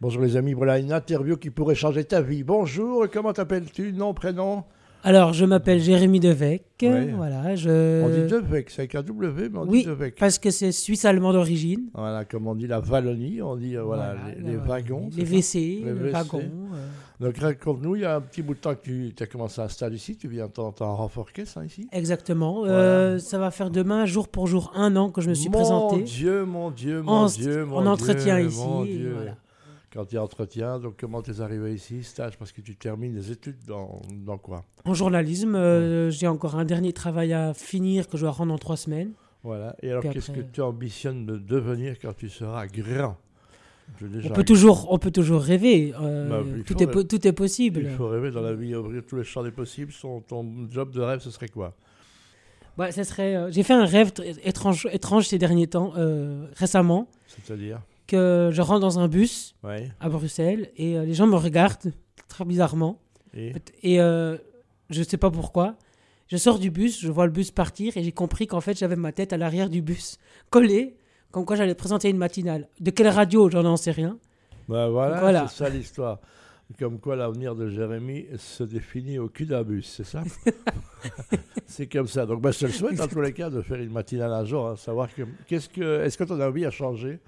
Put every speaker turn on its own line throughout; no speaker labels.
Bonjour les amis, voilà une interview qui pourrait changer ta vie. Bonjour, comment t'appelles-tu Nom, prénom
Alors, je m'appelle Jérémy Devec.
Oui.
Voilà,
On dit
je...
Devec, c'est avec un W, mais on
Euh, oui,
dit Devec.
parce que c'est suisse-allemand d'origine.
Voilà, comme on dit la Valonie, on dit euh, voilà,
Voilà,
les,
la-
les wagons.
Les
c'est
WC,
Les
le
WC.
wagon. euh.
ça Donc raconte-nous, il y a un petit bout de temps que tu as commencé à installer ici, tu viens t'en t'en renforquer ça hein, ici
Exactement. Euh, ça va faire demain, jour pour jour, un an que je me suis
mon
présenté.
Dieu, mon Dieu, mon
en,
Dieu, mon
en entretien
Dieu,
ici.
mon
et
Dieu.
voilà.
Quand tu entretiens, donc comment t'es arrivé ici, stage, parce que tu termines les études dans, dans quoi
En journalisme, euh, j'ai encore un dernier travail à finir que je dois rendre en trois semaines.
Voilà. Et alors,
Puis
qu'est-ce que
après-
tu ambitionnes de devenir quand tu seras grand Tu es déjà
On peut toujours, on peut toujours rêver. euh,
Bah, il
tout,
faut
est, po-
rêver.
tout est
Il
possible.
faut rêver dans la vie, ouvrir tous les champs des possibles. Son, ton job de rêve, ce serait quoi
Ouais, ça serait. euh, J'ai fait un rêve tr- étrange, étrange ces derniers temps, euh, récemment,
C'est-à-dire
que je rentre dans un bus
Ouais.
à Bruxelles et euh, les gens me regardent très bizarrement.
Et
Et euh, je sais pas pourquoi. Je sors du bus, je vois le bus partir et j'ai compris qu'en fait j'avais ma tête à l'arrière du bus, collée, comme quoi j'allais présenter une matinale. De quelle radio J'en sais rien.
Bah, voilà,
Voilà.
c'est ça l'histoire. Comme quoi l'avenir de Jérémy se définit au cul d'un bus, c'est ça C'est comme ça. Donc, bah, je te le souhaite, en tous les cas, de faire une matinale un jour, hein, savoir que, qu'est-ce que, est-ce que ton avis a changé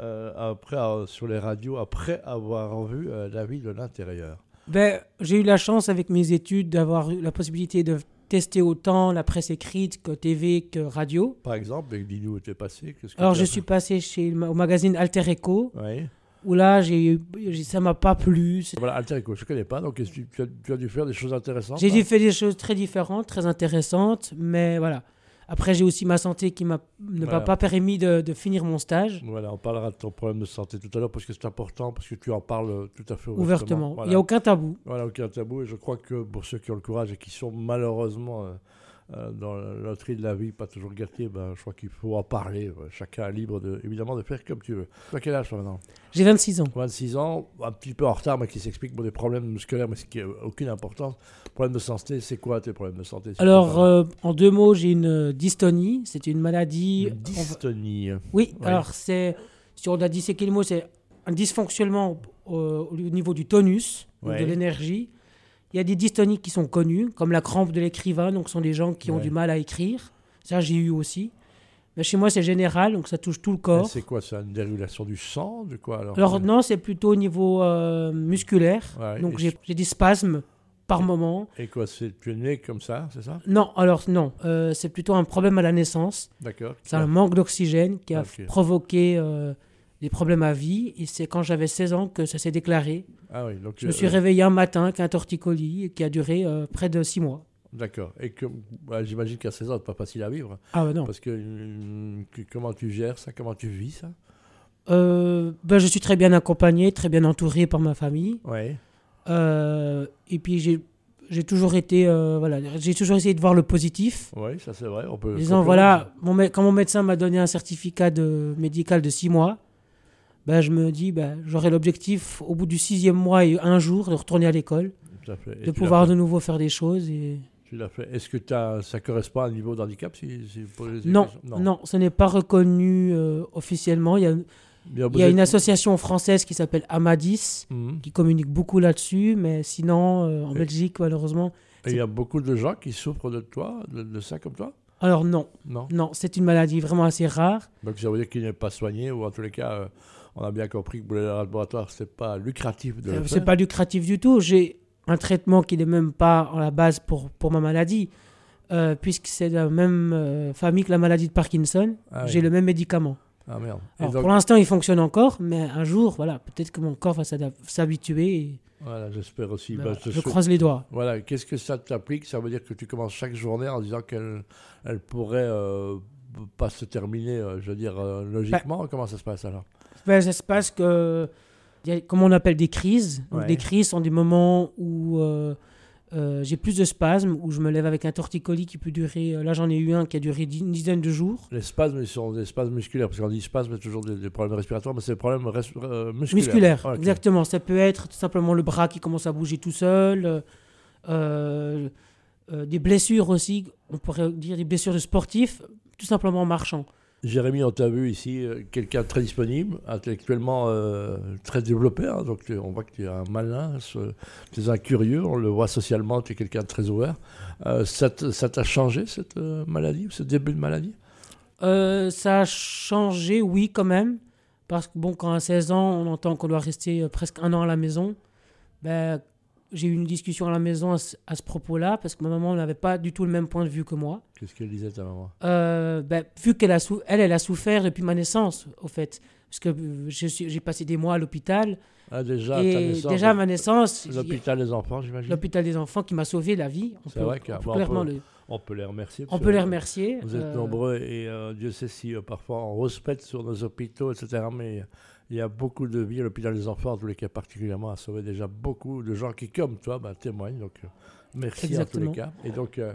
euh, après, euh, sur les radios après avoir vu euh, la vie de l'intérieur
Ben, j'ai eu la chance avec mes études d'avoir eu la possibilité de tester autant la presse écrite que TV que radio.
Par exemple, mais dis-nous où t'es passé. qu'est-ce que
Alors
tu
je
as-
suis passé chez le ma- au magazine Alter Echo
Oui.
où là j'ai eu- j'ai- ça m'a pas plu. C'est-
Voilà, Alter Echo, je ne connais pas, donc est-ce que tu, tu as, tu as dû faire des choses intéressantes.
J'ai
hein
dû faire des choses très différentes, très intéressantes, mais voilà. Après j'ai aussi ma santé qui m'a ne m'a
Voilà.
pas permis de, de finir mon stage
Ah, Voilà, on parlera de ton problème de santé tout à l'heure parce que c'est important, parce que tu en parles euh, tout à fait ouvertement.
ouvertement. Il
Voilà.
n'y a aucun tabou.
Voilà, aucun tabou. Et je crois que pour ceux qui ont le courage et qui sont malheureusement euh, euh, dans la loterie de la vie, pas toujours gâtés, ben, je crois qu'il faut en parler. ouais. Chacun est libre, de, évidemment, de faire comme tu veux. Tu as quel âge toi, maintenant
J'ai 26 ans.
26 ans, un petit peu en retard, mais qui s'explique pour des problèmes musculaires, mais ce qui n'a aucune importance. Problème de santé, c'est quoi tes problèmes de santé si tu peux
Alors
parler
euh, en deux mots, j'ai une euh, dystonie, c'est une maladie
Une
euh, on va-
dystonie.
Oui,
Oui.
alors c'est, si on a disséqué le mot, c'est un dysfonctionnement euh, au niveau du tonus, donc de
Ouais.
l'énergie. Il y a des dystonies qui sont connues, comme la crampe de l'écrivain, donc ce sont des gens qui ont
Ouais.
du mal à écrire. Ça, j'ai eu aussi. Mais chez moi, c'est général, donc ça touche tout le
Mais
corps.
C'est quoi ça Une dérégulation du sang De quoi alors
Alors non, c'est plutôt au niveau euh, musculaire.
Ouais, et
donc
je-
j'ai j'ai des spasmes par moment.
Et quoi c'est- Tu es né comme ça, c'est ça
Non, alors non, euh, c'est plutôt un problème à la naissance.
D'accord.
C'est un manque d'oxygène qui a
Ok.
provoqué euh, des problèmes à vie. Et c'est quand j'avais 16 ans que ça s'est déclaré.
Ah oui, donc
Je me suis
euh,
réveillé un matin avec un torticolis qui a duré euh, près de 6 mois.
D'accord. Et que bah, j'imagine qu'à 16 ans, c'est pas facile à vivre.
Ah ouais, non.
Parce que, euh, que- comment tu gères ça Comment tu vis ça
Euh, ben, je suis très bien accompagné, très bien entouré par ma famille.
Oui.
Euh, et puis j'ai, j'ai toujours été, euh, voilà, j'ai toujours essayé de voir le positif.
Oui, ça c'est vrai. On peut.
En
on
disant,
peut-
voilà, mon mé- quand mon médecin m'a donné un certificat de, médical de 6 mois, ben, je me dis, ben, j'aurai l'objectif au bout du sixième mois et un jour de retourner à l'école.
Tout à fait. Et tu
de
l'as
pouvoir
fait.
de nouveau faire des choses. Et...
Tu l'as fait. Est-ce que t'as- ça correspond à un niveau d'handicap si, si vous posez des
Non,
questions
non, ce n'est pas reconnu euh, officiellement. Il y a,
Bien,
il
vous
y a
êtes-
une association française qui s'appelle Amadis
Mhm.
qui communique beaucoup là-dessus, mais sinon, euh, en
Et-
Belgique, malheureusement.
Et il y a beaucoup de gens qui souffrent de toi, de, de ça comme toi
Alors non,
Non.
non, c'est une maladie vraiment assez rare.
Donc ça veut dire qu'il n'est pas soigné, ou en tous les cas, euh, on a bien compris que pour les laboratoires, ce n'est pas lucratif de le
Euh,
faire.
C'est pas lucratif du tout. J'ai un traitement qui n'est même pas à la base pour, pour ma maladie, euh, puisque c'est la même euh, famille que la maladie de Parkinson.
Ah oui.
J'ai le même médicament.
Ah merde. Et
Alors,
donc,
pour l'instant, il fonctionne encore, mais un jour, voilà, peut-être que mon corps va s'adap- s'habituer. et-
Voilà, j'espère aussi.
Mais
Bah,
voilà,
je te
je
souhaite-
croise les doigts.
Voilà, qu'est-ce que ça t'applique Ça veut dire que tu commences chaque journée en disant qu'elle elle pourrait euh, pas se terminer, euh, je veux dire, euh, logiquement. Comment ça se passe alors
Ben, ça se passe que, il y a, comme on appelle des crises. Donc,
Ouais.
Des crises sont des moments où euh, euh, j'ai plus de spasmes, où je me lève avec un torticolis qui peut durer. euh, Là, j'en ai eu un qui a duré dix- une dizaine de jours.
Les spasmes, ils sont des spasmes musculaires, parce qu'on dit spasmes, c'est toujours des, des problèmes respiratoires, mais c'est des problèmes res- euh, musculaires.
Musculaire,
Ah, ok.
exactement. Ça peut être tout simplement le bras qui commence à bouger tout seul. euh, euh, euh, des blessures aussi, on pourrait dire des blessures de sportifs, tout simplement en marchant.
Jérémy, on t'a vu ici, euh, quelqu'un de très disponible, intellectuellement euh, très développé. hein, donc tu- on voit que tu es un malin, tu es un curieux, on le voit socialement, tu es quelqu'un de très ouvert. Euh, ça te- ça t'a changé cette euh, maladie, ou ce début de maladie
Euh, ça a changé, oui, quand même. Parce que, bon, quand à 16 ans, on entend qu'on doit rester euh, presque un an à la maison, ben, j'ai eu une discussion à la maison à ce, à ce propos-là, parce que ma maman n'avait pas du tout le même point de vue que moi.
Qu'est-ce qu'elle disait ta maman
Euh, ben, vu qu'elle a, sou- elle, elle a souffert depuis ma naissance, au fait. Parce que euh, je suis- j'ai passé des mois à l'hôpital.
Ah, déjà, ta
et
naissance,
déjà, à ma naissance,
l'hôpital des enfants, j'imagine.
l'hôpital des enfants qui m'a sauvé la vie. On
C'est
peut,
vrai que-
on peut
bon, on
clairement
peut-
le-
On peut les remercier.
on
parce
peut les
que
remercier.
Vous êtes
Euh,
nombreux et euh, Dieu sait si euh, parfois on respecte sur nos hôpitaux, etc. Mais euh, il y a beaucoup de vies. L'hôpital des enfants, en tous les cas, particulièrement, a sauvé déjà beaucoup de gens qui, comme toi, bah, témoignent. Donc, euh, merci en tous les
Exactement.
cas. Et donc, euh,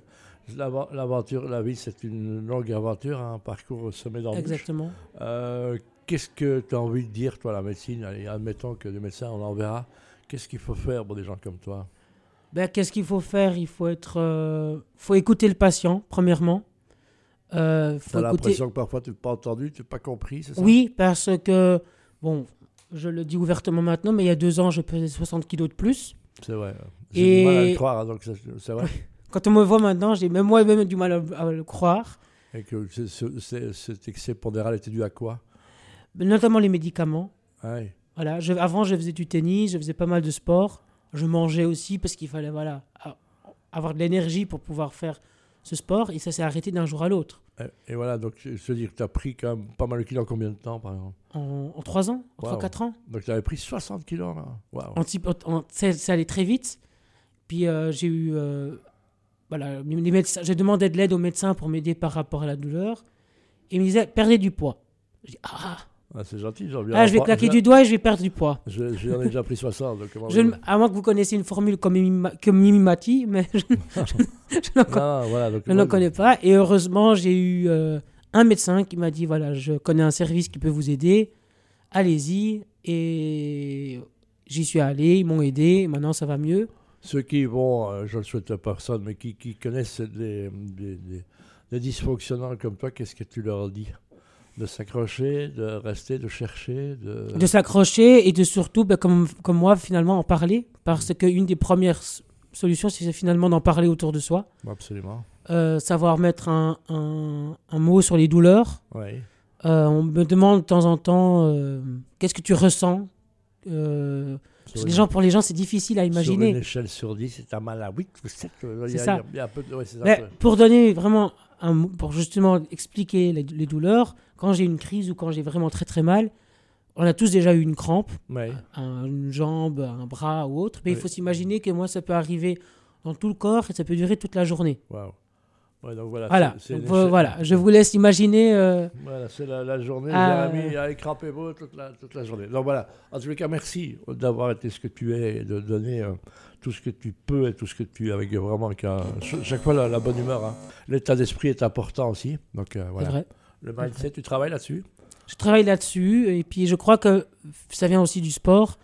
l'ava- l'aventure, la vie, c'est une longue aventure, hein, un parcours semé d'embûches.
Exactement.
Euh, Qu'est-ce que tu as envie de dire, toi, à la médecine Allez, admettons que des médecins, on en verra. Qu'est-ce qu'il faut faire pour des gens comme toi
Ben, Qu'est-ce qu'il faut faire Il faut être, euh, faut écouter le patient, premièrement. Euh,
Tu
faut
as
écouter...
l'impression que parfois tu n'es pas entendu, tu n'es pas compris, c'est ça
Oui, parce que, bon, je le dis ouvertement maintenant, mais il y a deux ans, je pesais 60 kilos de plus.
C'est vrai. J'ai du mal à le
Et-
croire, hein, donc c'est c'est vrai.
Quand on me voit maintenant, j'ai même moi-même du mal à, à le croire,
Et que ce- ce- ce- cet excès pondéral était dû à quoi
mais notamment les médicaments.
Ouais.
Voilà, je- avant, je faisais du tennis, je faisais pas mal de sport. Je mangeais aussi parce qu'il fallait voilà, a- avoir de l'énergie pour pouvoir faire ce sport. Et ça s'est arrêté d'un jour à l'autre,
Et, et voilà, donc je- je veux dire, tu as pris quand même pas mal de kilos en combien de temps, par exemple
en, en trois ans, en
Waouh.
trois, quatre ans.
Donc tu avais pris 60 kilos, là Waouh.
Anti- en- c'est c'est allé très vite. Puis euh, j'ai eu. euh, voilà, les médecins, j'ai demandé de l'aide aux médecins pour m'aider par rapport à la douleur. Et ils me disaient perdez du poids. Je dis ah,
Ah, c'est gentil, j'en ai bien
ah, je vais
appris-
claquer
j'en-
du doigt et je vais perdre du poids.
je- je- J'en ai déjà pris 60, donc comment
Je ne- à moins que vous connaissiez une formule comme, Mimima- comme Mimimati, mais je, ne
Non, non, voilà, donc,
je ne
moi,
la connais pas. Et heureusement, j'ai eu euh, un médecin qui m'a dit voilà, je connais un service qui peut vous aider, allez-y. Et j'y suis allé, ils m'ont aidé, et maintenant ça va mieux.
Ceux qui vont, euh, je le souhaite à personne, mais qui, qui connaissent des, des, des- des dysfonctionnants comme toi, qu'est-ce que tu leur dis De s'accrocher, de rester, de chercher, de...
de s'accrocher et de surtout, ben, comme, comme moi, finalement, en parler. Parce qu'une des premières s- solutions, c'est finalement d'en parler autour de soi.
Absolument.
Euh, savoir mettre un, un- un mot sur les douleurs.
Oui.
Euh, on me demande de temps en temps, euh, qu'est-ce que tu ressens Euh, parce
Sur
que les
une-
gens, Pour les gens, c'est difficile à
Sur une
imaginer.
échelle sur 10, c'est un mal à 8 ou 7. euh, Il y
C'est
a,
ça.
il y a un peu de- ouais, c'est ça,
Mais
ouais.
pour donner vraiment, un, mot- pour justement expliquer les, les douleurs, quand j'ai une crise ou quand j'ai vraiment très très mal, on a tous déjà eu une crampe.
Ouais.
un- une jambe, un bras ou autre. Mais
Oui.
il faut s'imaginer que moi, ça peut arriver dans tout le corps et ça peut durer toute la journée.
Waouh. Ouais, donc voilà.
Voilà.
Ah, c'est- c'est
Donc,
une
euh,
échelle.
voilà. Je vous laisse imaginer. euh,
Voilà, c'est la, la journée.
Ah.
Jérémy a écrapé beau toute la, toute la journée. Donc voilà. En tous les cas, merci d'avoir été ce que tu es et de donner euh, tout ce que tu peux et tout ce que tu avec vraiment qu'un- ch- chaque fois la, la bonne humeur. hein. L'état d'esprit est important aussi. Donc euh,
c'est
voilà.
vrai.
Le mindset, tu travailles là-dessus.
Je travaille là-dessus et puis je crois que ça vient aussi du sport.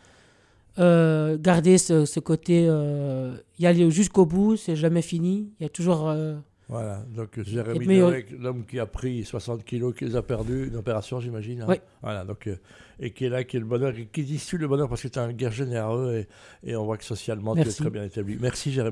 Euh, garder ce, ce côté, euh, y aller jusqu'au bout, c'est jamais fini. Il y a toujours. euh,
Voilà, donc euh, Jérémy
mais, euh,
Derek, l'homme qui a pris 60 kilos, qui les a perdus, une opération, j'imagine. hein.
Oui.
Voilà, donc, euh, et qui est là, qui est le bonheur, et qui distille le bonheur parce que tu es un gars généreux et, et on voit que socialement, tu es
Merci.
très bien établi. Merci, Jérémy.